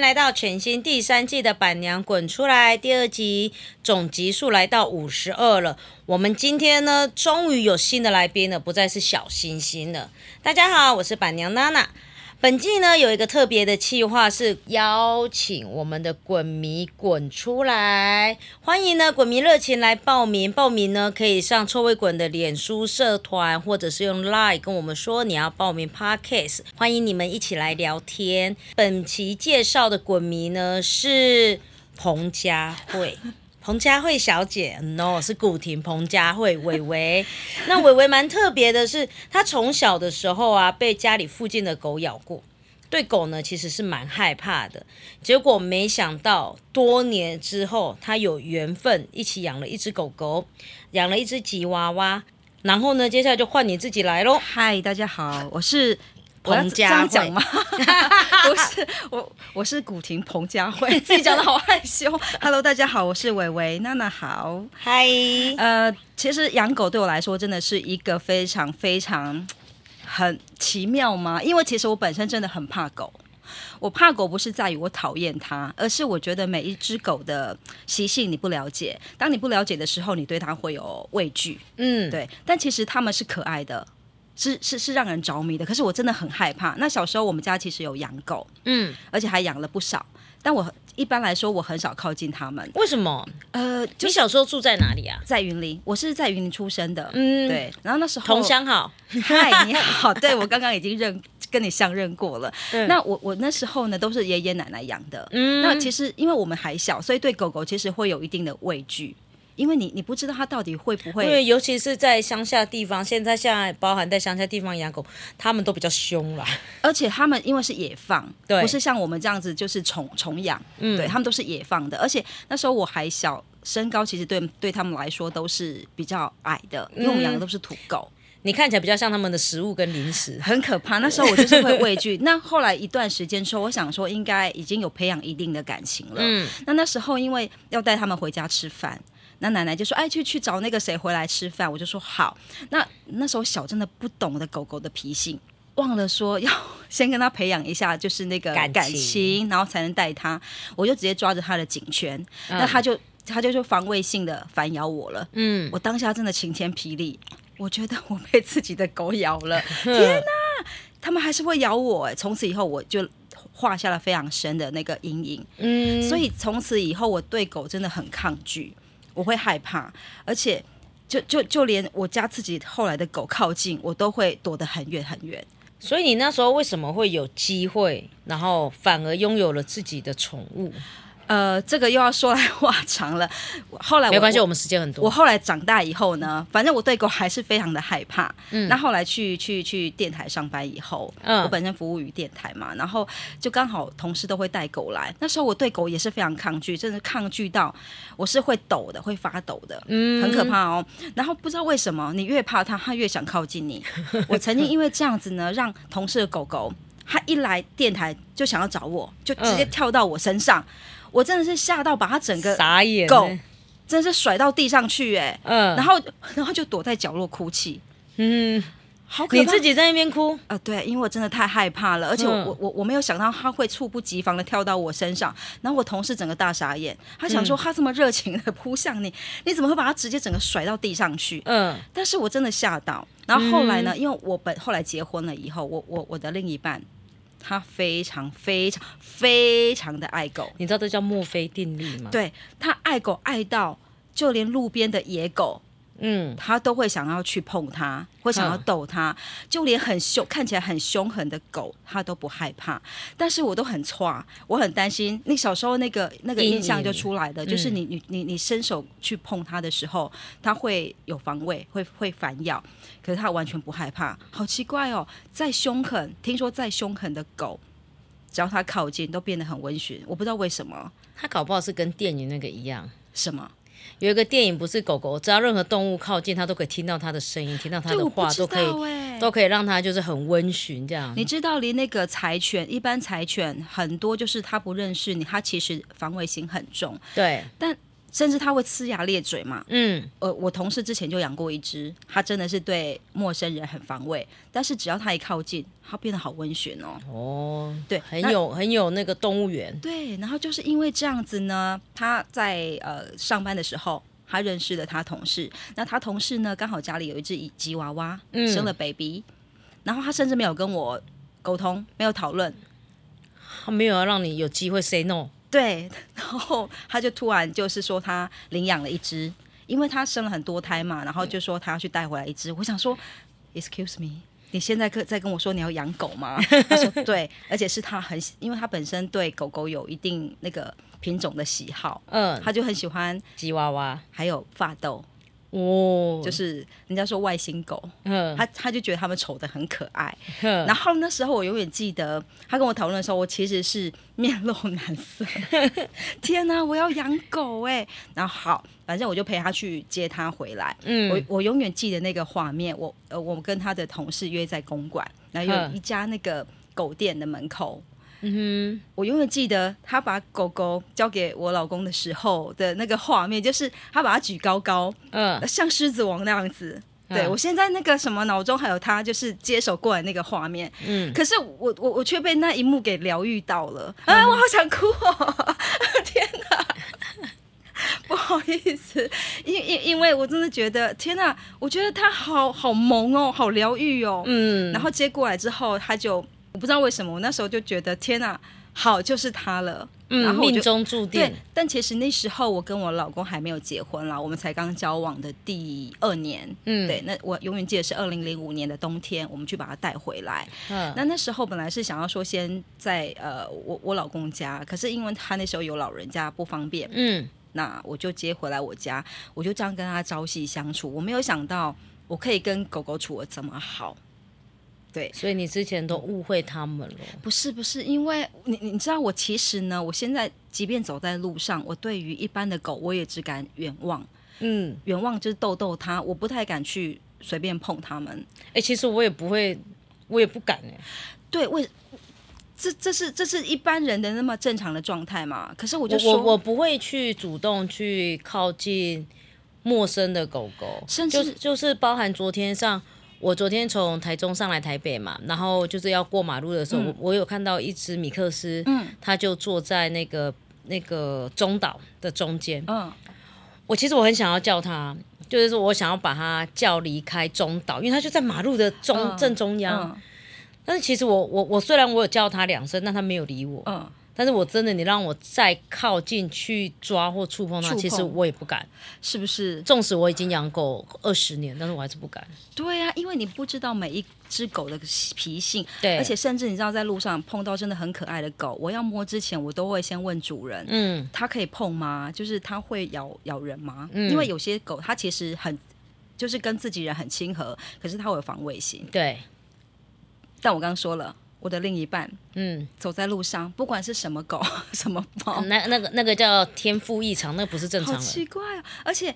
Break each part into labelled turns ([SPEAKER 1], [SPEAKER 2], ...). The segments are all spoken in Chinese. [SPEAKER 1] 来到全新第三季的《板娘滚出来》第二集，总集数来到五十二了。我们今天呢，终于有新的来宾了，不再是小星星了。大家好，我是板娘娜娜。本季呢有一个特别的企划，是邀请我们的滚迷滚出来，欢迎呢滚迷热情来报名。报名呢可以上臭味滚的脸书社团，或者是用 Line 跟我们说你要报名 Podcast，欢迎你们一起来聊天。本期介绍的滚迷呢是彭佳慧。 彭佳慧小姐，no，是古婷彭佳慧伟伟。 那伟伟蛮特别的是，她从小的时候啊，被家里附近的狗咬过，对狗呢其实是蛮害怕的。结果没想到多年之后，她有缘分一起养了一只狗狗，养了一只吉娃娃。然后呢，接下来就换你自己来喽。
[SPEAKER 2] 嗨，大家好，我是
[SPEAKER 1] 彭
[SPEAKER 2] 我要
[SPEAKER 1] 佳
[SPEAKER 2] 这
[SPEAKER 1] 慧
[SPEAKER 2] 样讲吗？ 不是，我我是古亭彭佳慧， 自己讲的好害羞。Hello，大家好，我是伟伟娜娜好。
[SPEAKER 1] 嗨，
[SPEAKER 2] 呃，其实养狗对我来说真的是一个非常非常很奇妙吗？因为其实我本身真的很怕狗。我怕狗不是在于我讨厌它，而是我觉得每一只狗的习性你不了解。当你不了解的时候，你对它会有畏惧。
[SPEAKER 1] 嗯，
[SPEAKER 2] 对，但其实它们是可爱的，是是是让人着迷的。可是我真的很害怕。那小时候我们家其实有养狗，
[SPEAKER 1] 嗯，
[SPEAKER 2] 而且还养了不少，但我一般来说我很少靠近它们。
[SPEAKER 1] 为什么？
[SPEAKER 2] 呃，就
[SPEAKER 1] 你小时候住在哪里啊？
[SPEAKER 2] 在云林，我是在云林出生的，
[SPEAKER 1] 嗯，，
[SPEAKER 2] 对。然后那时候
[SPEAKER 1] 同，乡好。
[SPEAKER 2] 嗨，你好， 对我刚刚已经认跟你相认过了。
[SPEAKER 1] 嗯
[SPEAKER 2] 那我我那时候呢都是爷爷奶奶养的，
[SPEAKER 1] 嗯，
[SPEAKER 2] 那其实因为我们还小，所以对狗狗其实会有一定的畏惧，因为你你不知道它到底会不会
[SPEAKER 1] 因为尤其是在乡下地方，现在现在包含在乡下地方养狗，他们都比较凶啦。
[SPEAKER 2] 而且他们因为是野放，
[SPEAKER 1] 对
[SPEAKER 2] 不是像我们这样子就是宠宠养，
[SPEAKER 1] 嗯
[SPEAKER 2] 对他们都是野放的。而且那时候我还小，身高其实对对他们来说都是比较矮的，因为我们养的都是土狗，
[SPEAKER 1] 你看起来比较像他们的食物跟零食。
[SPEAKER 2] 很可怕。那时候我就是会畏惧。 那后来一段时间之后，我想说应该已经有培养一定的感情了。
[SPEAKER 1] 嗯
[SPEAKER 2] 那那时候因为要带他们回家吃饭。那奶奶就说：“哎，去去找那个谁回来吃饭。”我就说：“好。那”那时候小真的不懂得狗狗的脾性，忘了说要 先跟他培养一下，就是那个
[SPEAKER 1] 感情
[SPEAKER 2] 感情，然后才能带他。我就直接抓着他的颈圈，那他就他就就防卫性的反咬我了。
[SPEAKER 1] 嗯，
[SPEAKER 2] 我当下真的晴天霹雳，我觉得我被自己的狗咬 了，
[SPEAKER 1] 天
[SPEAKER 2] 他们还是会咬我、哎从此以后我就画下了非常深的那个阴影。
[SPEAKER 1] 嗯，
[SPEAKER 2] 所以从此以后，我对狗真的很抗拒，我会害怕，而且就就就连我家自己后来的狗靠近，我都会躲得很远很远。
[SPEAKER 1] 所以你那时候为什么会有机会，然后反而拥有了自己的宠物？
[SPEAKER 2] 呃，这个又要说来话长了。我后来我
[SPEAKER 1] 没关系，
[SPEAKER 2] 我
[SPEAKER 1] 我们时间很
[SPEAKER 2] 我
[SPEAKER 1] 多。
[SPEAKER 2] 后来长大以后呢，反正我对狗还是非常的害怕。
[SPEAKER 1] 嗯
[SPEAKER 2] 那后来去去去电台上班以后，
[SPEAKER 1] 嗯
[SPEAKER 2] 我本身服务于电台嘛，然后就刚好同事都会带狗来。那时候我对狗也是非常抗拒，真的抗拒到我是会抖的，会发抖的，
[SPEAKER 1] 嗯
[SPEAKER 2] 很可怕哦。然后不知道为什么，你越怕它，它越想靠近 你。我曾经因为这样子呢，让同事的狗狗，它一来电台就想要找我，就直接
[SPEAKER 1] 嗯
[SPEAKER 2] 跳到我身上，我真的是吓到把它整个
[SPEAKER 1] 傻眼呢。
[SPEAKER 2] 狗真的是甩到地上去哎、
[SPEAKER 1] 嗯，
[SPEAKER 2] 然后然后就躲在角落哭泣，
[SPEAKER 1] 嗯，
[SPEAKER 2] 好可怕。
[SPEAKER 1] 你自己在那边哭，
[SPEAKER 2] 呃，对，因为我真的太害怕了，而且我、
[SPEAKER 1] 嗯
[SPEAKER 2] 我我我没有想到他会猝不及防的跳到我身上，然后我同事整个大傻眼，他想
[SPEAKER 1] 嗯
[SPEAKER 2] 说他这么热情的扑向你，你怎么会把他直接整个甩到地上去？
[SPEAKER 1] 嗯
[SPEAKER 2] 但是我真的吓到。然后后来呢，因为我本后来结婚了以后，我我我的另一半。他非常非常非常的爱狗，
[SPEAKER 1] 你知道这叫墨菲定律吗？，
[SPEAKER 2] 对他爱狗爱到就连路边的野狗，
[SPEAKER 1] 嗯，
[SPEAKER 2] 他都会想要去碰它，会想要逗它，就连很凶、看起来很凶狠的狗，他都不害怕。但是我都很歘，我很担心。你小时候那个那个
[SPEAKER 1] 阴影嗯
[SPEAKER 2] 印象就出来了，就是你你你你伸手去碰它的时候，它会有防卫，会会反咬，可是它完全不害怕，好奇怪哦。再凶狠，听说再凶狠的狗。只要它靠近，都变得很温驯。我不知道为什么，
[SPEAKER 1] 他搞不好是跟电影那个一样。
[SPEAKER 2] 什么？
[SPEAKER 1] 有一个电影不是狗狗，只要任何动物靠近它，都可以听到它的声音，听到它
[SPEAKER 2] 对
[SPEAKER 1] 的
[SPEAKER 2] 我不
[SPEAKER 1] 话，
[SPEAKER 2] 知
[SPEAKER 1] 都可以
[SPEAKER 2] 道欸
[SPEAKER 1] 都可以让它就是很温驯这样。
[SPEAKER 2] 你知道，连那个柴犬，一般柴犬很多就是它不认识你，它其实防卫心很重。
[SPEAKER 1] 对，
[SPEAKER 2] 但甚至它会呲牙咧嘴嘛。
[SPEAKER 1] 嗯，
[SPEAKER 2] 呃，我同事之前就养过一只，它真的是对陌生人很防卫，但是只要它一靠近，它变得好温驯哦。
[SPEAKER 1] 哦，
[SPEAKER 2] 对，
[SPEAKER 1] 很
[SPEAKER 2] 那
[SPEAKER 1] 有很有那个动物园，
[SPEAKER 2] 对，然后就是因为这样子呢，他在呃上班的时候，他认识了他同事。那他同事呢，刚好家里有一只吉娃娃，
[SPEAKER 1] 嗯
[SPEAKER 2] 生了 baby，、然后他甚至没有跟我沟通，没有讨论。
[SPEAKER 1] 它没有要让你有机会 say no。
[SPEAKER 2] 对， 然后他就突然就是说他领养了一只，因为他生了很多胎嘛，然后就说他要去带回来一只。我想说，excuse me。你现在跟在跟我说你要养狗吗？他说对，而且是他很喜，因为他本身对狗狗有一定那个品种的喜好，
[SPEAKER 1] 嗯，
[SPEAKER 2] 他就很喜欢，
[SPEAKER 1] 吉娃娃，
[SPEAKER 2] 还有发豆，
[SPEAKER 1] 哦，
[SPEAKER 2] 就是是人家说外星狗，
[SPEAKER 1] 嗯，
[SPEAKER 2] 他他就觉得他们丑的很可爱。
[SPEAKER 1] 哼
[SPEAKER 2] 然后那时候我永远记得，他跟我讨论的时候，我其实是面露难 色。天哪、我要养狗哎、然后好，反正我就陪他去接他回来。我
[SPEAKER 1] 嗯，
[SPEAKER 2] 我永远记得那个画面，我呃，我跟他的同事约在公馆，然后有
[SPEAKER 1] 嗯
[SPEAKER 2] 一家那个狗店的门口，
[SPEAKER 1] 嗯
[SPEAKER 2] 我永远记得他把狗狗交给我老公的时候的那个画面，就是他把它举高高，
[SPEAKER 1] 哼，嗯，
[SPEAKER 2] 呃像狮子王那样子。
[SPEAKER 1] 嗯
[SPEAKER 2] 对我现在那个什么脑中还有他就是接手过来那个画面，
[SPEAKER 1] 嗯，
[SPEAKER 2] 可是我我我却被那一幕给疗愈到了啊！我好想哭哦， 天哪！ 不好意思，因因因为我真的觉得天哪，我觉得他好好萌哦，好疗愈哦。
[SPEAKER 1] 嗯，
[SPEAKER 2] 然后接过来之后，他就我不知道为什么，我那时候就觉得天哪，好就是他了。然
[SPEAKER 1] 嗯，
[SPEAKER 2] 后我就
[SPEAKER 1] 命中注定
[SPEAKER 2] 对，，但其实那时候我跟我老公还没有结婚啦，我们才刚交往的第二年。
[SPEAKER 1] 嗯，
[SPEAKER 2] 对，，那我永远记得是二零零五年的冬天，我们去把他带回来。
[SPEAKER 1] 嗯，
[SPEAKER 2] 那那时候本来是想要说先在呃我我老公家，可是因为他那时候有老人家不方便，
[SPEAKER 1] 嗯，
[SPEAKER 2] 那我就接回来我家，我就这样跟他朝夕相处。我没有想到我可以跟狗狗处的这么好。对，
[SPEAKER 1] 所以你之前都误会他们了，
[SPEAKER 2] 不是不是，因为你你知道我其实呢，我现在即便走在路上，我对于一般的狗我也只敢远望，
[SPEAKER 1] 嗯，
[SPEAKER 2] 远望就是逗逗它，我不太敢去随便碰它们。
[SPEAKER 1] 哎、其实我也不会，我也不敢哎、
[SPEAKER 2] 对，为这这是这是一般人的那么正常的状态嘛？可是我就
[SPEAKER 1] 我
[SPEAKER 2] 说，
[SPEAKER 1] 我我不会去主动去靠近陌生的狗狗，
[SPEAKER 2] 甚
[SPEAKER 1] 就
[SPEAKER 2] 至
[SPEAKER 1] 就是包含昨天上。我昨天从台中上来台北嘛，然后就是要过马路的时候，我我有看到一只米克斯，
[SPEAKER 2] 嗯
[SPEAKER 1] 它就坐在那个那个中岛的中间。
[SPEAKER 2] 嗯
[SPEAKER 1] 我其实我很想要叫它，就是说我想要把它叫离开中岛，因为它就在马路的中、
[SPEAKER 2] 嗯
[SPEAKER 1] 正中央。
[SPEAKER 2] 嗯
[SPEAKER 1] 但是其实我我我虽然我有叫它两声，但它没有理我。
[SPEAKER 2] 嗯，
[SPEAKER 1] 但是我真的，你让我再靠近去抓或触碰它，
[SPEAKER 2] 触碰
[SPEAKER 1] 其实我也不敢。
[SPEAKER 2] 是不是？
[SPEAKER 1] 纵使我已经养狗二十年，但是我还是不敢。
[SPEAKER 2] 对啊，因为你不知道每一只狗的脾性，
[SPEAKER 1] 对，
[SPEAKER 2] 而且甚至你知道在路上碰到真的很可爱的狗，我要摸之前我都会先问主人，
[SPEAKER 1] 嗯
[SPEAKER 2] 它可以碰吗？就是它会咬咬人吗？
[SPEAKER 1] 嗯
[SPEAKER 2] 因为有些狗它其实很。就是跟自己人很亲和，可是它会有防卫心。
[SPEAKER 1] 对，
[SPEAKER 2] 但我刚刚说了，我的另一半
[SPEAKER 1] 嗯，
[SPEAKER 2] 走在路上，不管是什么狗、 什么猫，
[SPEAKER 1] 那那个那个叫天赋异常，那个不是正
[SPEAKER 2] 哦好
[SPEAKER 1] 常
[SPEAKER 2] 奇
[SPEAKER 1] 人。
[SPEAKER 2] 怪啊！而且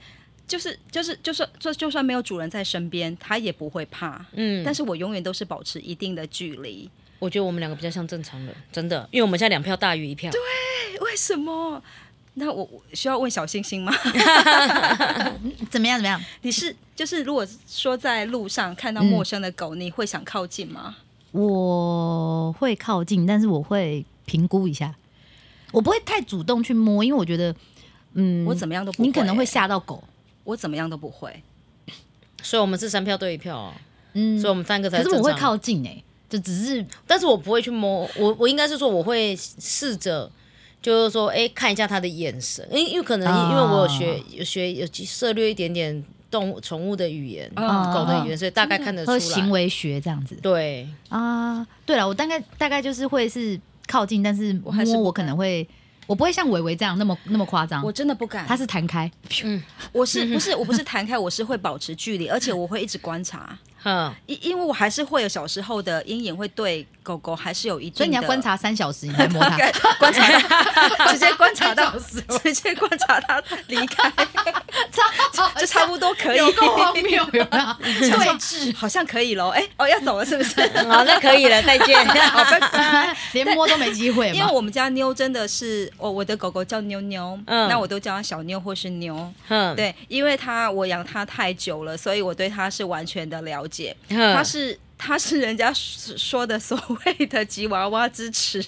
[SPEAKER 2] 就是就是就算就就算没有主人在身边，它也不会怕。
[SPEAKER 1] 嗯，
[SPEAKER 2] 但是我永远都是保持一定的距离。
[SPEAKER 1] 我觉得我们两个比较像正常人，真的，因为我们现在两票大于一票。对，
[SPEAKER 2] 为什么？那我我需要问小星星吗？
[SPEAKER 3] 怎么样？怎么样？
[SPEAKER 2] 你是就是如果说在路上看到陌生的
[SPEAKER 3] 嗯
[SPEAKER 2] 狗，你会想靠近吗？
[SPEAKER 3] 我会靠近，但是我会评估一下，我不会太主动去摸，因为我觉得，嗯，
[SPEAKER 2] 我怎么样都不会、
[SPEAKER 3] 你可能会，吓到狗，
[SPEAKER 2] 我怎么样都不会。
[SPEAKER 1] 所以我们是三票对一票哦。
[SPEAKER 3] 嗯
[SPEAKER 1] 所以，我们三个才
[SPEAKER 3] 可是
[SPEAKER 1] 正
[SPEAKER 3] 我会
[SPEAKER 1] 常
[SPEAKER 3] 靠近哎、就只是
[SPEAKER 1] 但是我不会去摸，我我应该是说我会试着。就是说，哎、看一下他的眼神，因因为可能
[SPEAKER 2] 啊
[SPEAKER 3] 哦
[SPEAKER 1] 因为我有学、有学有涉略一点点动物宠物的语言、
[SPEAKER 2] 嗯
[SPEAKER 1] 狗的语言，所以大概看得出
[SPEAKER 3] 和
[SPEAKER 1] 来。
[SPEAKER 3] 行为学这样子
[SPEAKER 1] 对，
[SPEAKER 3] 啊。对了，我大概大概就是会是靠近，但是
[SPEAKER 2] 我还是
[SPEAKER 3] 摸
[SPEAKER 2] 不
[SPEAKER 3] 我可能会，我不会像伟伟这样那么那么夸张
[SPEAKER 2] 我。嗯真的不敢。
[SPEAKER 3] 它啊是弹开，
[SPEAKER 2] 我是不是我不是弹开，我是会保持距离，而且我会一直观察。
[SPEAKER 1] 哼，
[SPEAKER 2] 因因为我还是会有小时候的阴影，会对狗狗还是有一定的，
[SPEAKER 3] 所以你要 观察三小时，你才摸它。
[SPEAKER 2] 大概观察 到，直接观察 到
[SPEAKER 3] 三小，
[SPEAKER 2] 直接观察它离开， 就差不多可以，
[SPEAKER 3] 有够荒谬，有没有？对 峙，
[SPEAKER 2] 好像可以喽。哎、哦，要走了是不 是？
[SPEAKER 1] 好，那可以了，再见。
[SPEAKER 2] 好，拜拜。
[SPEAKER 3] 连摸都没机会嘛。
[SPEAKER 2] 啊因为我们家妞真的是，哦我、我的狗狗叫妞妞，
[SPEAKER 1] 嗯
[SPEAKER 2] 那我都叫它小妞或是妞。
[SPEAKER 3] 嗯
[SPEAKER 1] 哼，
[SPEAKER 2] 对，因为它我养它太久了，所以我对它是完全的了解。
[SPEAKER 1] 哼，
[SPEAKER 2] 它是它是人家说的所谓的吉娃娃之耻，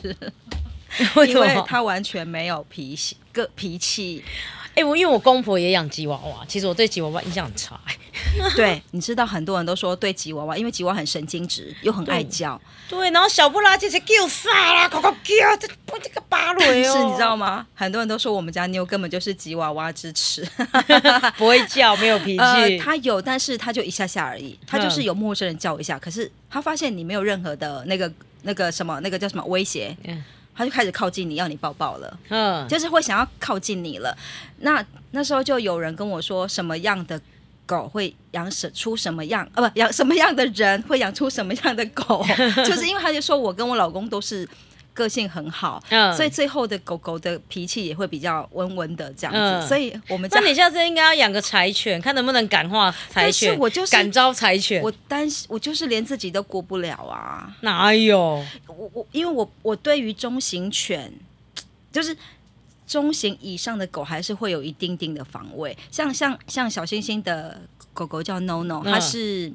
[SPEAKER 1] 为
[SPEAKER 2] 因
[SPEAKER 1] 什
[SPEAKER 2] 为
[SPEAKER 1] 么？
[SPEAKER 2] 它完全没有脾气，个脾 气。
[SPEAKER 1] 哎、我因为我公婆也养吉娃娃，其实我对吉娃娃印象很差、哎
[SPEAKER 2] 对，你知道很多人都说对吉娃娃，因为吉娃娃很神经质，又很爱叫。
[SPEAKER 1] 对，然后小布拉姐姐叫啥啦？狗狗叫，这不这个芭
[SPEAKER 2] 但
[SPEAKER 1] 蕾哦，
[SPEAKER 2] 是你知道吗？很多人都说我们家妞根本就是吉娃娃之耻。
[SPEAKER 1] 不会叫，没有脾气。
[SPEAKER 2] 呃，它有，但是它就一下下而已，它就
[SPEAKER 1] 嗯
[SPEAKER 2] 是有陌生人叫一下，可是它发现你没有任何的那个那个什么那个叫什么威胁
[SPEAKER 1] 嗯，
[SPEAKER 2] 它就开始靠近你，要你抱抱了。
[SPEAKER 1] 嗯，
[SPEAKER 2] 就是会想要靠近你了。那那时候就有人跟我说，什么样的狗会养什出什么样啊？不，养什么样的人会养出什么样的 狗？就是因为他就说我跟我老公都是。个性很好，
[SPEAKER 1] 嗯
[SPEAKER 2] 所以最后的狗狗的脾气也会比较温温的这样子，
[SPEAKER 1] 嗯
[SPEAKER 2] 所以 我们家
[SPEAKER 1] 那你下次应该要养个柴犬，看能不能感化柴犬。
[SPEAKER 2] 但是我就是
[SPEAKER 1] 感召柴犬。
[SPEAKER 2] 我担心，我就是连自己都过不了啊。
[SPEAKER 1] 哪有？
[SPEAKER 2] 我我因为我我对于中型犬，就是中型以上的狗还是会有一定定的防卫。像像像小星星的狗狗叫 No No，
[SPEAKER 1] 嗯
[SPEAKER 2] 它是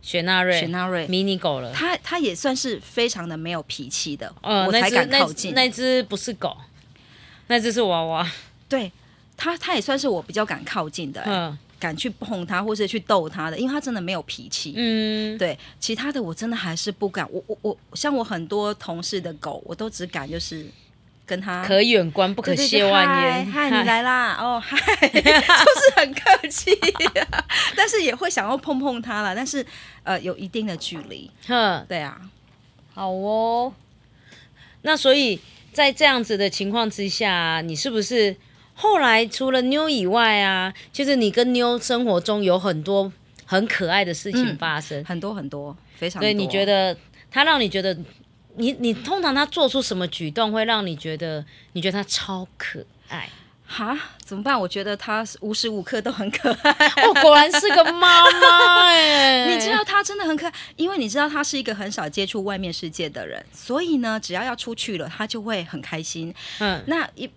[SPEAKER 1] 雪纳
[SPEAKER 2] 雪
[SPEAKER 1] 瑞，
[SPEAKER 2] 纳瑞，
[SPEAKER 1] 迷你狗了。
[SPEAKER 2] 它它也算是非常的没有脾气的，
[SPEAKER 1] 呃，
[SPEAKER 2] 我
[SPEAKER 1] 那
[SPEAKER 2] 才
[SPEAKER 1] 只
[SPEAKER 2] 敢
[SPEAKER 1] 那
[SPEAKER 2] 靠
[SPEAKER 1] 只
[SPEAKER 2] 近。
[SPEAKER 1] 那只不是狗，那只是娃娃。
[SPEAKER 2] 对它它也算是我比较敢靠近的、
[SPEAKER 1] 嗯
[SPEAKER 2] 敢去碰它或是去逗它的，因为它真的没有脾气。
[SPEAKER 1] 嗯，
[SPEAKER 2] 对，其他的我真的还是不敢。我我我，像我很多同事的狗，我都只敢就是跟它
[SPEAKER 1] 可远观不可
[SPEAKER 2] 啊对对
[SPEAKER 1] 亵
[SPEAKER 2] 对
[SPEAKER 1] 玩焉。
[SPEAKER 2] 嗨，嗨你来啦！哦，嗨，就是很客气、啊 但是也会想要碰碰它啦，但是呃，有一定的距离。
[SPEAKER 1] 哼，
[SPEAKER 2] 对啊，
[SPEAKER 1] 好哦。那所以在这样子的情况之下，你是不是后来除了妞以外啊，就是你跟妞生活中有很多很可爱的事情
[SPEAKER 2] 嗯
[SPEAKER 1] 发生？
[SPEAKER 2] 很多很多，非常多。
[SPEAKER 1] 对，你觉得他让你觉得你你通常他做出什么举动会让你觉得你觉得他超可爱？
[SPEAKER 2] 哈怎么办？我觉得它无时无刻都很可 爱。
[SPEAKER 1] 哦，果然是个妈妈哎！
[SPEAKER 2] 你知道它真的很可爱，因为你知道它是一个很少接触外面世界的人，所以呢，只要要出去了，它就会很开心。
[SPEAKER 1] 嗯，
[SPEAKER 2] 那以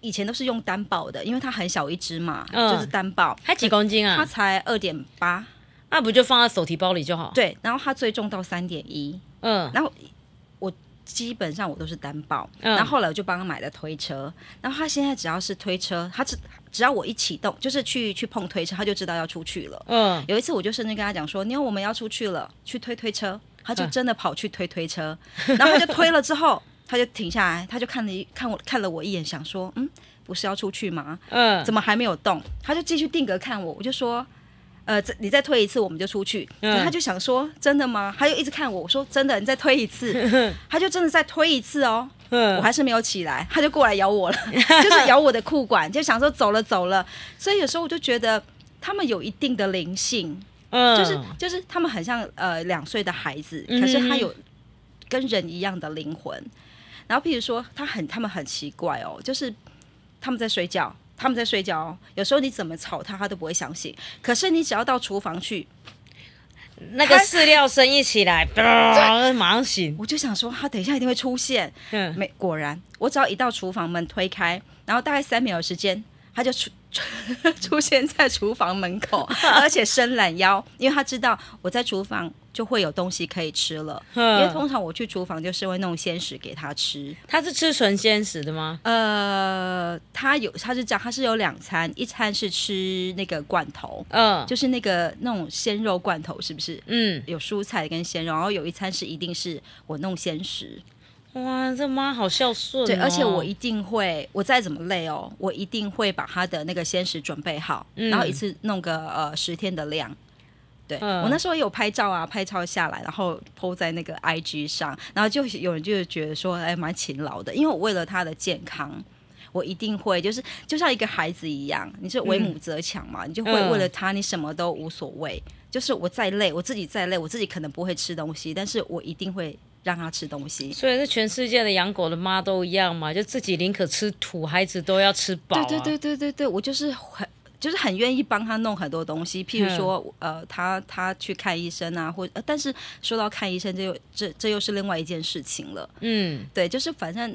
[SPEAKER 2] 以前都是用单抱的，因为它很小一只嘛，
[SPEAKER 1] 嗯
[SPEAKER 2] 就是单抱。
[SPEAKER 1] 他几公斤
[SPEAKER 2] 它
[SPEAKER 1] 啊？
[SPEAKER 2] 才二点八，
[SPEAKER 1] 那不就放在手提包里就好？，
[SPEAKER 2] 对，然后它最重到三点一，
[SPEAKER 1] 嗯
[SPEAKER 2] 然后我基本上我都是单报，
[SPEAKER 1] 嗯
[SPEAKER 2] 然后后来我就帮他买了推车，然后他现在只要是推车，他只只要我一启动，就是去去碰推车，他就知道要出去了。
[SPEAKER 1] 嗯，
[SPEAKER 2] 有一次我就甚至跟他讲说，妞，我们要出去了，去推推车，他
[SPEAKER 1] 嗯
[SPEAKER 2] 就真的跑去推推车，然后他就推了之后，他就停下来，他就看了一看我看了我一眼，想说，嗯，不是要出去吗？
[SPEAKER 1] 嗯，
[SPEAKER 2] 怎么还没有动？他就继续定格看我，我就说。呃，这你再推一次，我们就出去。
[SPEAKER 1] 嗯
[SPEAKER 2] 然后他就想说，真的吗？他就一直看我，我说真的，你再推一次， 他就真的再推一次哦，我
[SPEAKER 1] 嗯，
[SPEAKER 2] 还是没有起来，他就过来咬我了， 就是咬我的裤管，就想说走了走了。所以有时候我就觉得他们有一定的灵性，
[SPEAKER 1] 嗯，
[SPEAKER 2] 就是就是他们很像呃两岁的孩子，
[SPEAKER 1] 嗯哼
[SPEAKER 2] 可是他有跟人一样的灵魂。然后譬如说，他很他们很奇怪哦，就是他们在睡觉，他们在睡觉、哦，有时候你怎么吵他，他都不会相信。可是你只要到厨房去，
[SPEAKER 1] 那个饲料声一起来，啪 马上醒。
[SPEAKER 2] 我就想说，他等一下一定会出现。
[SPEAKER 1] 嗯，
[SPEAKER 2] 没，果然，我只要一到厨房门推开，然后大概三秒的时间，他就出 出现在厨房 门口，而且伸懒腰，因为他知道我在厨房就会有东西可以吃了。因为通常我去厨房就是会弄鲜食给他吃。
[SPEAKER 1] 它是吃纯鲜食的吗？
[SPEAKER 2] 呃，他有他是这样，他是有两餐，一餐是吃那个罐头，
[SPEAKER 1] 嗯，
[SPEAKER 2] 就是那个那种鲜肉罐头，是不是？
[SPEAKER 1] 嗯，
[SPEAKER 2] 有蔬菜跟鲜肉，然后有一餐是一定是我弄鲜食，
[SPEAKER 1] 哇，这妈好孝顺哦。
[SPEAKER 2] 对，而且我一定会，我再怎么累哦，我一定会把他的那个鲜食准备好，
[SPEAKER 1] 嗯
[SPEAKER 2] 然后一次弄个呃十天的量。对、
[SPEAKER 1] 嗯
[SPEAKER 2] 我那时候也有拍照啊，拍照下来，然后 PO 在那个 IG 上，然后就有人就觉得说，哎，蛮勤劳的，因为我为了他的健康，我一定会，就是就像一个孩子一样，你是为母则强嘛，你就会
[SPEAKER 1] 嗯
[SPEAKER 2] 为了他，你什么都无所谓。就是我再累，我自己再累，我自己可能不会吃东西，但是我一定会让他吃东西。
[SPEAKER 1] 所以是全世界的养狗的妈都一样嘛，就自己宁可吃土，孩子都要吃饱、啊。
[SPEAKER 2] 对对对对对对，我就是很。就是很愿意帮他弄很多东西，
[SPEAKER 1] 嗯
[SPEAKER 2] 譬如说，呃，他他去看医生啊，或、呃、但是说到看医生，这又这这又是另外一件事情了。
[SPEAKER 1] 嗯，
[SPEAKER 2] 对，就是反正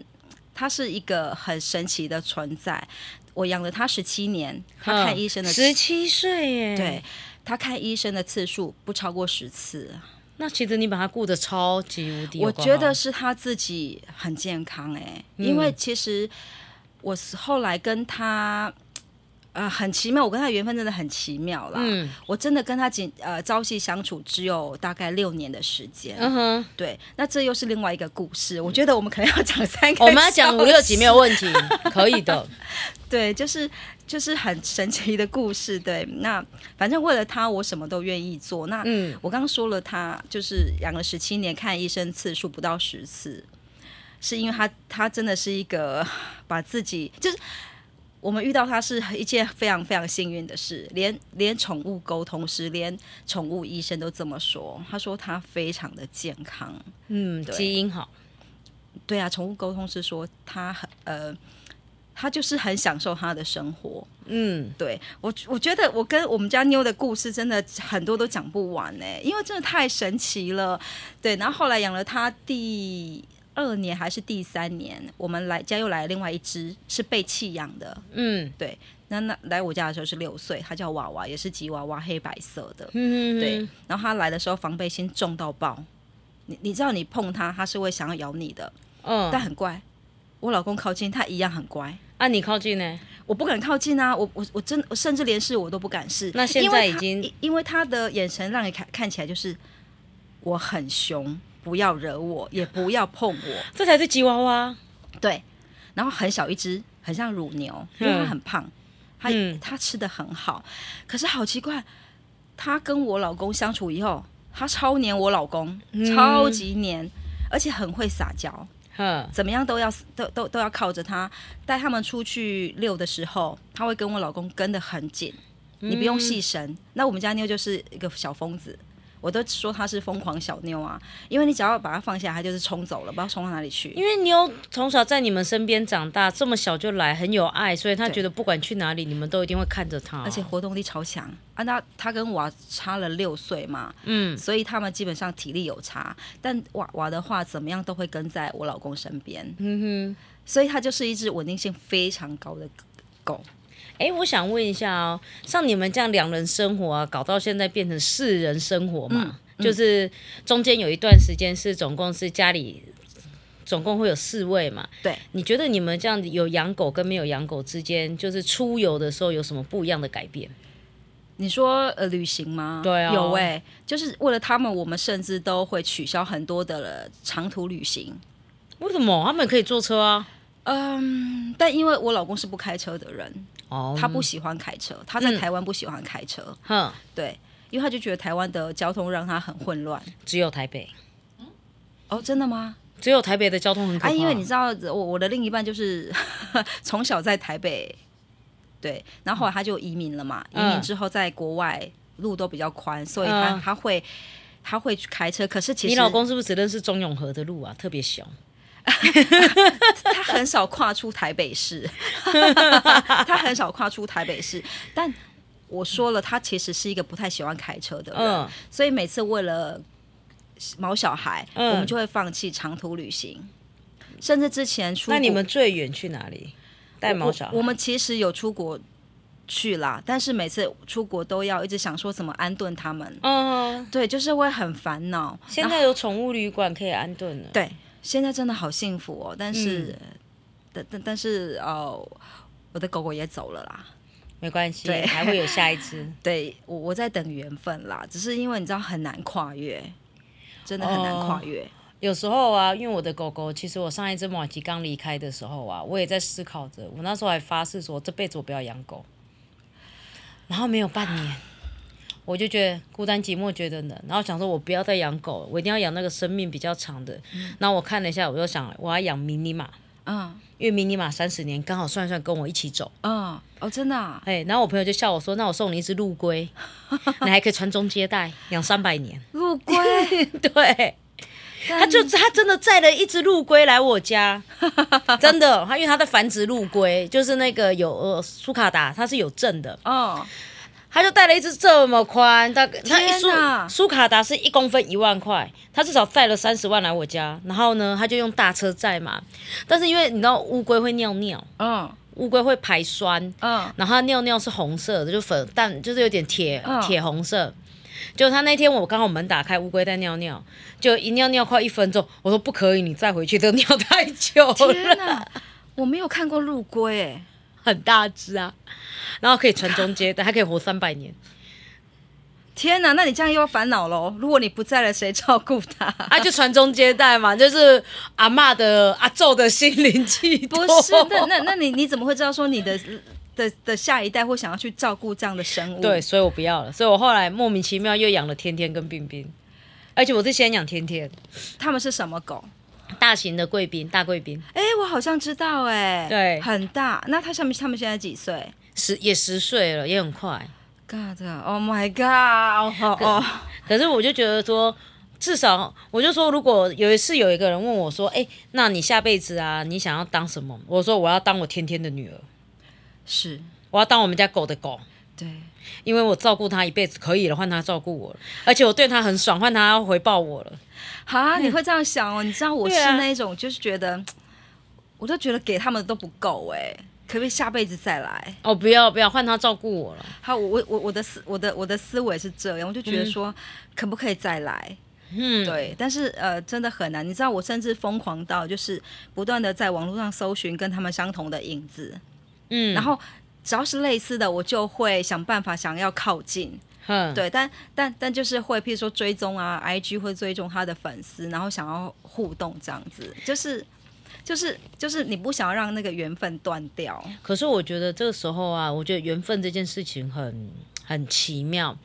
[SPEAKER 2] 他是一个很神奇的存在。我养了他十七年，他看医生的
[SPEAKER 1] 嗯
[SPEAKER 2] 次、
[SPEAKER 1] 十七岁耶，，
[SPEAKER 2] 对他看医生的次数不超过十次，
[SPEAKER 1] 那其实你把它顾得超级无敌有嗯
[SPEAKER 2] 我
[SPEAKER 1] 够好，
[SPEAKER 2] 觉得是他自己很健康哎、因为其实我是后来跟他。呃，很奇妙，我跟他缘分真的很奇妙啦。
[SPEAKER 1] 嗯
[SPEAKER 2] 我真的跟他仅呃朝夕相处只有大概六年的时间。
[SPEAKER 1] 嗯 哼，
[SPEAKER 2] 对，那这又是另外一个故事。我觉得我们可能要讲三个，
[SPEAKER 1] 我们要讲五六集没有问题，可以的。
[SPEAKER 2] 对，就是就是很神奇的故事。对，那反正为了他，我什么都愿意做。那
[SPEAKER 1] 嗯
[SPEAKER 2] 我刚刚说了他，就是养了十七年，看医生次数不到十次，是因为他他真的是一个把自己就是。我们遇到他是一件非常非常幸运的事，连连宠物沟通师、连宠物医生都这么说。他说他非常的健康，
[SPEAKER 1] 嗯，
[SPEAKER 2] 对
[SPEAKER 1] 基因好，
[SPEAKER 2] 对啊，宠物沟通师说他很呃，他就是很享受他的生活，
[SPEAKER 1] 嗯，
[SPEAKER 2] 对我，我觉得我跟我们家妞的故事真的很多都讲不完呢、因为真的太神奇了。对，然后后来养了它第二年还是第三年，我们来家又来了另外一只是被弃养的。
[SPEAKER 1] 嗯
[SPEAKER 2] 那那来我家的时候是六岁，它叫娃娃，也是吉娃娃，黑白色的。
[SPEAKER 1] 嗯，
[SPEAKER 2] 对，然后它来的时候防备心重到爆，你你知道你碰它，它是会想要咬你的，
[SPEAKER 1] 嗯，
[SPEAKER 2] 但很乖。我老公靠近它一样很乖，
[SPEAKER 1] 啊，你靠近呢？
[SPEAKER 2] 我不敢靠近啊！我我我真我甚至连试我都不敢试。
[SPEAKER 1] 那现
[SPEAKER 2] 因为
[SPEAKER 1] 在已
[SPEAKER 2] 他
[SPEAKER 1] 经
[SPEAKER 2] 因因为他的眼神让你看看起来就是我很凶，不要 惹我，也不要碰我。
[SPEAKER 1] 这才是吉娃娃，
[SPEAKER 2] 对，然后很小一只，很像乳牛，因为它很胖，它
[SPEAKER 1] 嗯
[SPEAKER 2] 它吃的很好，可是好奇怪，他跟我老公相处以后，他超黏我老公，
[SPEAKER 1] 嗯
[SPEAKER 2] 超级黏，而且很会撒娇。
[SPEAKER 1] 哼，
[SPEAKER 2] 怎么样都要都都都要靠着他。带他们出去遛的时候，他会跟我老公跟得很紧，
[SPEAKER 1] 嗯
[SPEAKER 2] 你不用细绳。那我们家妞就是一个小疯子。我都说她是疯狂小妞啊，因为你只要把它放下，它就是冲走了，不知道冲到哪里去。
[SPEAKER 1] 因为妞从小在你们身边长大，这么小就来，很有爱，所以她
[SPEAKER 2] 对
[SPEAKER 1] 觉得不管去哪里，你们都一定会看着她。
[SPEAKER 2] 而且，活动力超强啊！那他跟娃差了六岁嘛，
[SPEAKER 1] 嗯，
[SPEAKER 2] 所以他们基本上体力有差。但娃娃的话，怎么样都会跟在我老公身边，
[SPEAKER 1] 嗯哼，
[SPEAKER 2] 所以它就是一只稳定性非常高的狗。
[SPEAKER 1] 哎，我想问一下哦，像你们这样两人生活啊，搞到现在变成四人生活嘛，
[SPEAKER 2] 嗯
[SPEAKER 1] 就是中间有一段时间是总共是家里。总共会有四位嘛？
[SPEAKER 2] 对，
[SPEAKER 1] 你觉得你们这样子有养狗跟没有养狗之间，就是出游的时候有什么不一样的改变？
[SPEAKER 2] 你说呃旅行吗？
[SPEAKER 1] 对啊
[SPEAKER 2] 有哎、就是为了他们，我们甚至都会取消很多的长途旅行。
[SPEAKER 1] 为什么他们可以坐车啊？
[SPEAKER 2] 嗯，但因为我老公是不开车的人，
[SPEAKER 1] 哦嗯
[SPEAKER 2] 他不，喜欢开车，他在台湾不喜欢开车，
[SPEAKER 1] 哼，
[SPEAKER 2] 对，因为他就觉得台湾的交通让他很混乱。
[SPEAKER 1] 只有台北，
[SPEAKER 2] 哦，真的吗？
[SPEAKER 1] 只有台北的交通很可怕。
[SPEAKER 2] 啊，因为你知道，我我的另一半就是 从小在台北，对，然后后来他就移民了嘛，移
[SPEAKER 1] 嗯
[SPEAKER 2] 民之后在国外路都比较宽，所以他、
[SPEAKER 1] 嗯
[SPEAKER 2] 他会他会去开车，可是其实
[SPEAKER 1] 你老公是不是只认识中永和的路啊？特别小，
[SPEAKER 2] 他很少跨出台北市， 他很少跨出台北市。但我说了，他其实是一个不太喜欢开车的人，
[SPEAKER 1] 嗯
[SPEAKER 2] 所以每次为了毛小孩，
[SPEAKER 1] 嗯
[SPEAKER 2] 我们就会放弃长途旅行，甚至之前出国
[SPEAKER 1] 那你们最远去哪里？带毛小孩
[SPEAKER 2] 我我们其实有出国去啦，但是每次出国都要一直想说怎么安顿他们，
[SPEAKER 1] 嗯，
[SPEAKER 2] 对，就是会很烦恼。
[SPEAKER 1] 现在有宠物旅馆可以安顿了。
[SPEAKER 2] 对，现在真的好幸福哦，但是，但但但是哦，我的狗狗也走了啦。
[SPEAKER 1] 没关系，
[SPEAKER 2] 对
[SPEAKER 1] 还会有下一只。
[SPEAKER 2] 对我我在等缘分啦，只是因为你知道很难跨越，真的很难跨越。
[SPEAKER 1] 有时候啊，因为我的狗狗，其实我上一只马吉刚离开的时候啊，我也在思考着，我那时候还发誓说这辈子我不要养狗。然后没有半 年，我就觉得孤单寂寞觉得冷，然后想说我不要再养狗，我一定要养那个生命比较长的。然后我看了一下，我就想我要养迷你马，
[SPEAKER 2] 嗯
[SPEAKER 1] 因为迷你马三十年刚好算一算跟我一起走，
[SPEAKER 2] 嗯，哦，真的、啊，
[SPEAKER 1] 哎，然后我朋友就笑我说：“那我送你一只陆龟， 你还可以传宗接代，养三百年。
[SPEAKER 2] 陆龟，”
[SPEAKER 1] 对，他就他真的载了一只陆龟来我 家，真的，他因为他在繁殖陆龟，就是那个有呃苏卡达，它是有证的，
[SPEAKER 2] 哦，
[SPEAKER 1] 他就带了一只这么宽，大概他
[SPEAKER 2] 天
[SPEAKER 1] 一苏
[SPEAKER 2] 哪
[SPEAKER 1] 苏卡达是一公分一万块，他至少带了三十万来我家，然后呢，他就用大车载嘛，但是因为你知道乌龟会尿尿，
[SPEAKER 2] 嗯
[SPEAKER 1] 乌龟会排酸，
[SPEAKER 2] 嗯，
[SPEAKER 1] 然后它尿尿是红色的，就粉淡，就是有点铁
[SPEAKER 2] 嗯
[SPEAKER 1] 铁红色。就他那天我刚好门打开，乌龟在尿尿，就一尿尿快一分钟，我说不可以，你再回去都尿太久了，
[SPEAKER 2] 天哪，我没有看过陆龟，哎，
[SPEAKER 1] 很大只啊，然后可以传宗接代，还可以活三百年
[SPEAKER 2] 天哪，那你这样又要烦恼喽？如果你不在了，谁照顾 它？
[SPEAKER 1] 啊，就传宗接代嘛，就是阿嬷的阿昼的心灵寄托。
[SPEAKER 2] 不是，那那那你你怎么会知道说你的的的下一代会想要去照顾这样的生 物？
[SPEAKER 1] 对，，所以我不要了，所以我后来莫名其妙又养了天天跟冰冰，而且我是先养天天，
[SPEAKER 2] 他们是什么狗？
[SPEAKER 1] 大型的贵宾，大贵宾。
[SPEAKER 2] 哎、我好像知道、哎，
[SPEAKER 1] 对
[SPEAKER 2] 很大。那它上面他们现在几岁
[SPEAKER 1] 十也十岁了，也很快。
[SPEAKER 2] ？God, oh my God，哦哦，
[SPEAKER 1] 可是我就觉得说，至少我就说，如果有一次有一个人问我说：“哎、那你下辈子啊，你想要当什么？”我说：“我要当我天天的女儿，
[SPEAKER 2] 是，
[SPEAKER 1] 我要当我们家狗的狗，
[SPEAKER 2] 对，
[SPEAKER 1] 因为我照顾它一辈子可以了，换它照顾我了，而且我对它很爽，换它要回报我了。
[SPEAKER 2] 好啊，你会这样想哦？你知道我是
[SPEAKER 1] 对啊
[SPEAKER 2] 那一种，就是觉得，我都觉得给他们都不够，哎，可不可以下辈子再来？
[SPEAKER 1] 哦，不要不要，换它照顾我了。
[SPEAKER 2] 好，我我我我的思我的我的思维是这样，我就觉得说，可不可以再来？
[SPEAKER 1] 嗯，
[SPEAKER 2] 对，但是呃，真的很难。你知道，我甚至疯狂到就是不断的在网络上搜寻跟他们相同的影子，
[SPEAKER 1] 嗯，
[SPEAKER 2] 然后只要是类似的，我就会想办法想要靠近。
[SPEAKER 1] 哼，
[SPEAKER 2] 对，但但但就是会，譬如说追踪啊，IG 会追踪他的粉丝，然后想要互动这样子，就是。就是就是你不想要让那个缘分断掉，
[SPEAKER 1] 可是我觉得这个时候啊，我觉得缘分这件事情很很奇妙。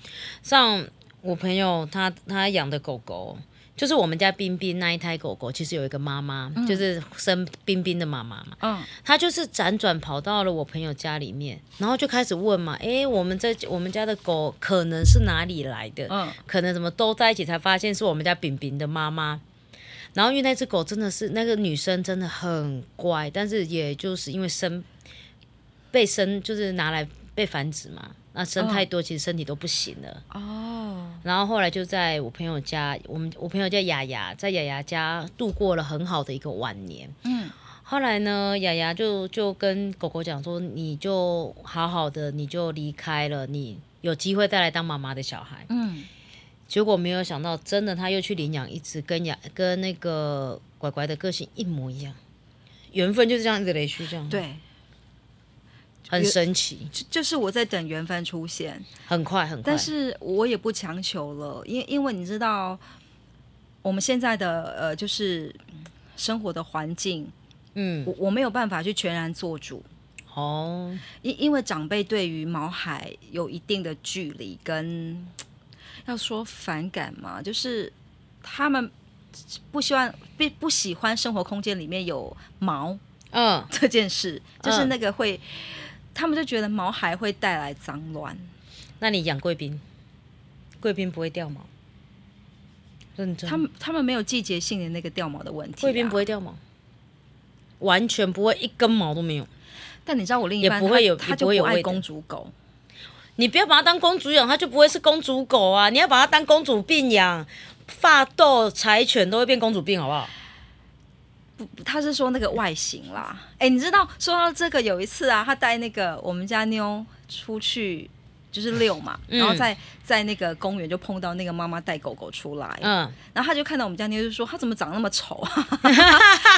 [SPEAKER 1] 像我朋友他他养的狗狗，就是我们家冰冰那一胎狗狗，其实有一个妈妈，就是生冰冰的妈妈嘛。
[SPEAKER 2] 嗯，
[SPEAKER 1] 她就是辗转跑到了我朋友家里面，然后就开始问嘛，诶，我们这我们家的狗可能是哪里来的？
[SPEAKER 2] 嗯
[SPEAKER 1] 可能怎么都在一起，才发现是我们家饼饼的妈妈。然后因为那只狗真的是那个女生真的很乖，但是也就是因为生被生就是拿来被繁殖嘛，那生太多其实身体都不行了。
[SPEAKER 2] 哦，
[SPEAKER 1] 然后后来就在我朋友家，我们我朋友叫雅雅，在雅雅家度过了很好的一个晚年。
[SPEAKER 2] 嗯，
[SPEAKER 1] 后来呢，雅雅就就跟狗狗讲说，你就好好的，你就离开了，你有机会再来当妈妈的小孩。
[SPEAKER 2] 嗯，
[SPEAKER 1] 结果没有想到，真的他又去领养一只跟雅跟那个乖乖的个性一模一样，缘分就是这样一直连续这样，，
[SPEAKER 2] 对，
[SPEAKER 1] 很神奇，
[SPEAKER 2] 就就是我在等缘分出现，
[SPEAKER 1] 很快很快。
[SPEAKER 2] 但是我也不强求了，因因为你知道，我们现在的呃，就是嗯生活的环境，
[SPEAKER 1] 嗯，
[SPEAKER 2] 我我没有办法去全然做主，
[SPEAKER 1] 哦，
[SPEAKER 2] 因因为长辈对于毛孩有一定的距离跟，要说反感嘛，就是他们不希望不不喜欢生活空间里面有毛
[SPEAKER 1] 嗯，
[SPEAKER 2] 这件事，就是
[SPEAKER 1] 嗯
[SPEAKER 2] 那个会，他们就觉得毛孩会带来脏乱。
[SPEAKER 1] 那你养贵宾，贵宾不会掉毛，认真，
[SPEAKER 2] 他们他们没有季节性的那个掉毛的问题、啊，
[SPEAKER 1] 贵宾不会掉毛，完全不会一根毛都没有。
[SPEAKER 2] 但你知道我另一半
[SPEAKER 1] 也不会
[SPEAKER 2] 他
[SPEAKER 1] 有
[SPEAKER 2] 他
[SPEAKER 1] 也
[SPEAKER 2] 就
[SPEAKER 1] 不会有
[SPEAKER 2] 爱
[SPEAKER 1] 味道
[SPEAKER 2] 公主狗，
[SPEAKER 1] 你不要把它当公主养，它就不会是公主狗啊！你要把它当公主病养，发豆、柴犬都会变公主病，好不好？
[SPEAKER 2] 他是说那个外形啦。哎、你知道说到这个，有一次啊，他带那个我们家妞出去就是遛嘛，
[SPEAKER 1] 嗯
[SPEAKER 2] 然后在在那个公园就碰到那个妈妈带狗狗出来，
[SPEAKER 1] 嗯，
[SPEAKER 2] 然后他就看到我们家妞就说他怎么长那么丑 啊，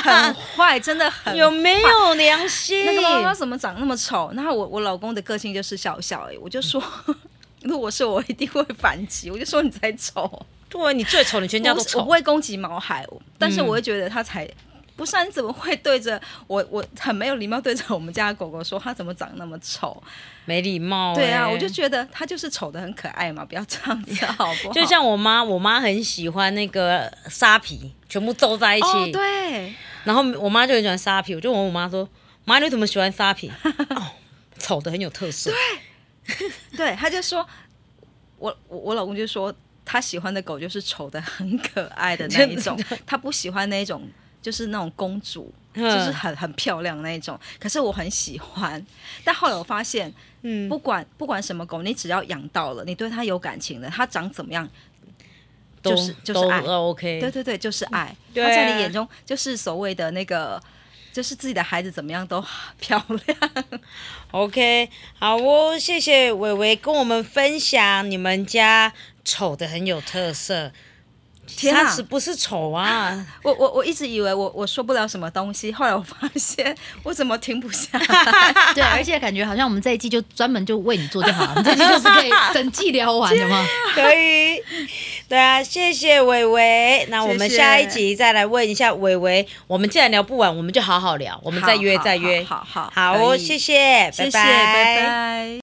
[SPEAKER 2] 很坏，真的很
[SPEAKER 1] 有没有良心？
[SPEAKER 2] 那个妈妈怎么长那么丑？然后我我老公的个性就是小小哎、我就说。 如果是我，我一定会反击。我就说你才丑，
[SPEAKER 1] 对你最丑，你全家
[SPEAKER 2] 我
[SPEAKER 1] 都
[SPEAKER 2] 不是我
[SPEAKER 1] 丑
[SPEAKER 2] 不。会攻击毛孩，我但是我会觉得他才、不是、啊，你怎么会对着我？我很没有礼貌对着我们家的狗狗说它怎么长那么丑？
[SPEAKER 1] 没礼貌、欸
[SPEAKER 2] 对啊，我就。觉得它就是丑的很可爱嘛，不要这样 子好不好？
[SPEAKER 1] 就像我妈，我妈很喜欢那个沙皮，全部皱在一起。
[SPEAKER 2] 哦，对，
[SPEAKER 1] 然后我妈就很喜欢沙皮，我就问我妈说：“妈，你为什么喜欢沙皮？”哦，丑的很有特色。
[SPEAKER 2] 对，他就说，我我我老公就说他喜欢的狗就是丑的很可爱的那一种，他不喜欢那一种就是那种公主，就是很很漂亮那一种。可是我很喜欢，但后来我发现，
[SPEAKER 1] 嗯，
[SPEAKER 2] 不管不管什么狗，你只要养到了，你对它有感情了，它长怎么样，
[SPEAKER 1] 都
[SPEAKER 2] 就是就是
[SPEAKER 1] 都
[SPEAKER 2] 爱
[SPEAKER 1] OK。
[SPEAKER 2] 对对对，就是爱。
[SPEAKER 1] 对
[SPEAKER 2] 它在
[SPEAKER 1] 啊
[SPEAKER 2] 你眼中就是所谓的那个。就是自己的孩子怎么样都 漂亮，
[SPEAKER 1] OK，好哦，谢谢伟伟跟我们分享你们家丑的很有特色。
[SPEAKER 2] 天啊
[SPEAKER 1] 他是不是丑啊？
[SPEAKER 2] 我我我一直以为我我说不了什么东西，后来我发现我怎么停不下来，
[SPEAKER 3] 对，而且感觉好像我们这一季就专门就为你做就好了，我们这一季就是 可以整季聊完的嘛。
[SPEAKER 1] 可以，对啊，谢谢伟伟。那我们
[SPEAKER 2] 谢谢
[SPEAKER 1] 下一集再来问一下伟伟，我们既然聊不完，我们就好好聊，我们再约
[SPEAKER 2] 好好
[SPEAKER 1] 再约。
[SPEAKER 2] 好好
[SPEAKER 1] 好哦，
[SPEAKER 2] 可以
[SPEAKER 1] 谢谢，
[SPEAKER 2] 谢谢，
[SPEAKER 1] 拜
[SPEAKER 2] 拜拜。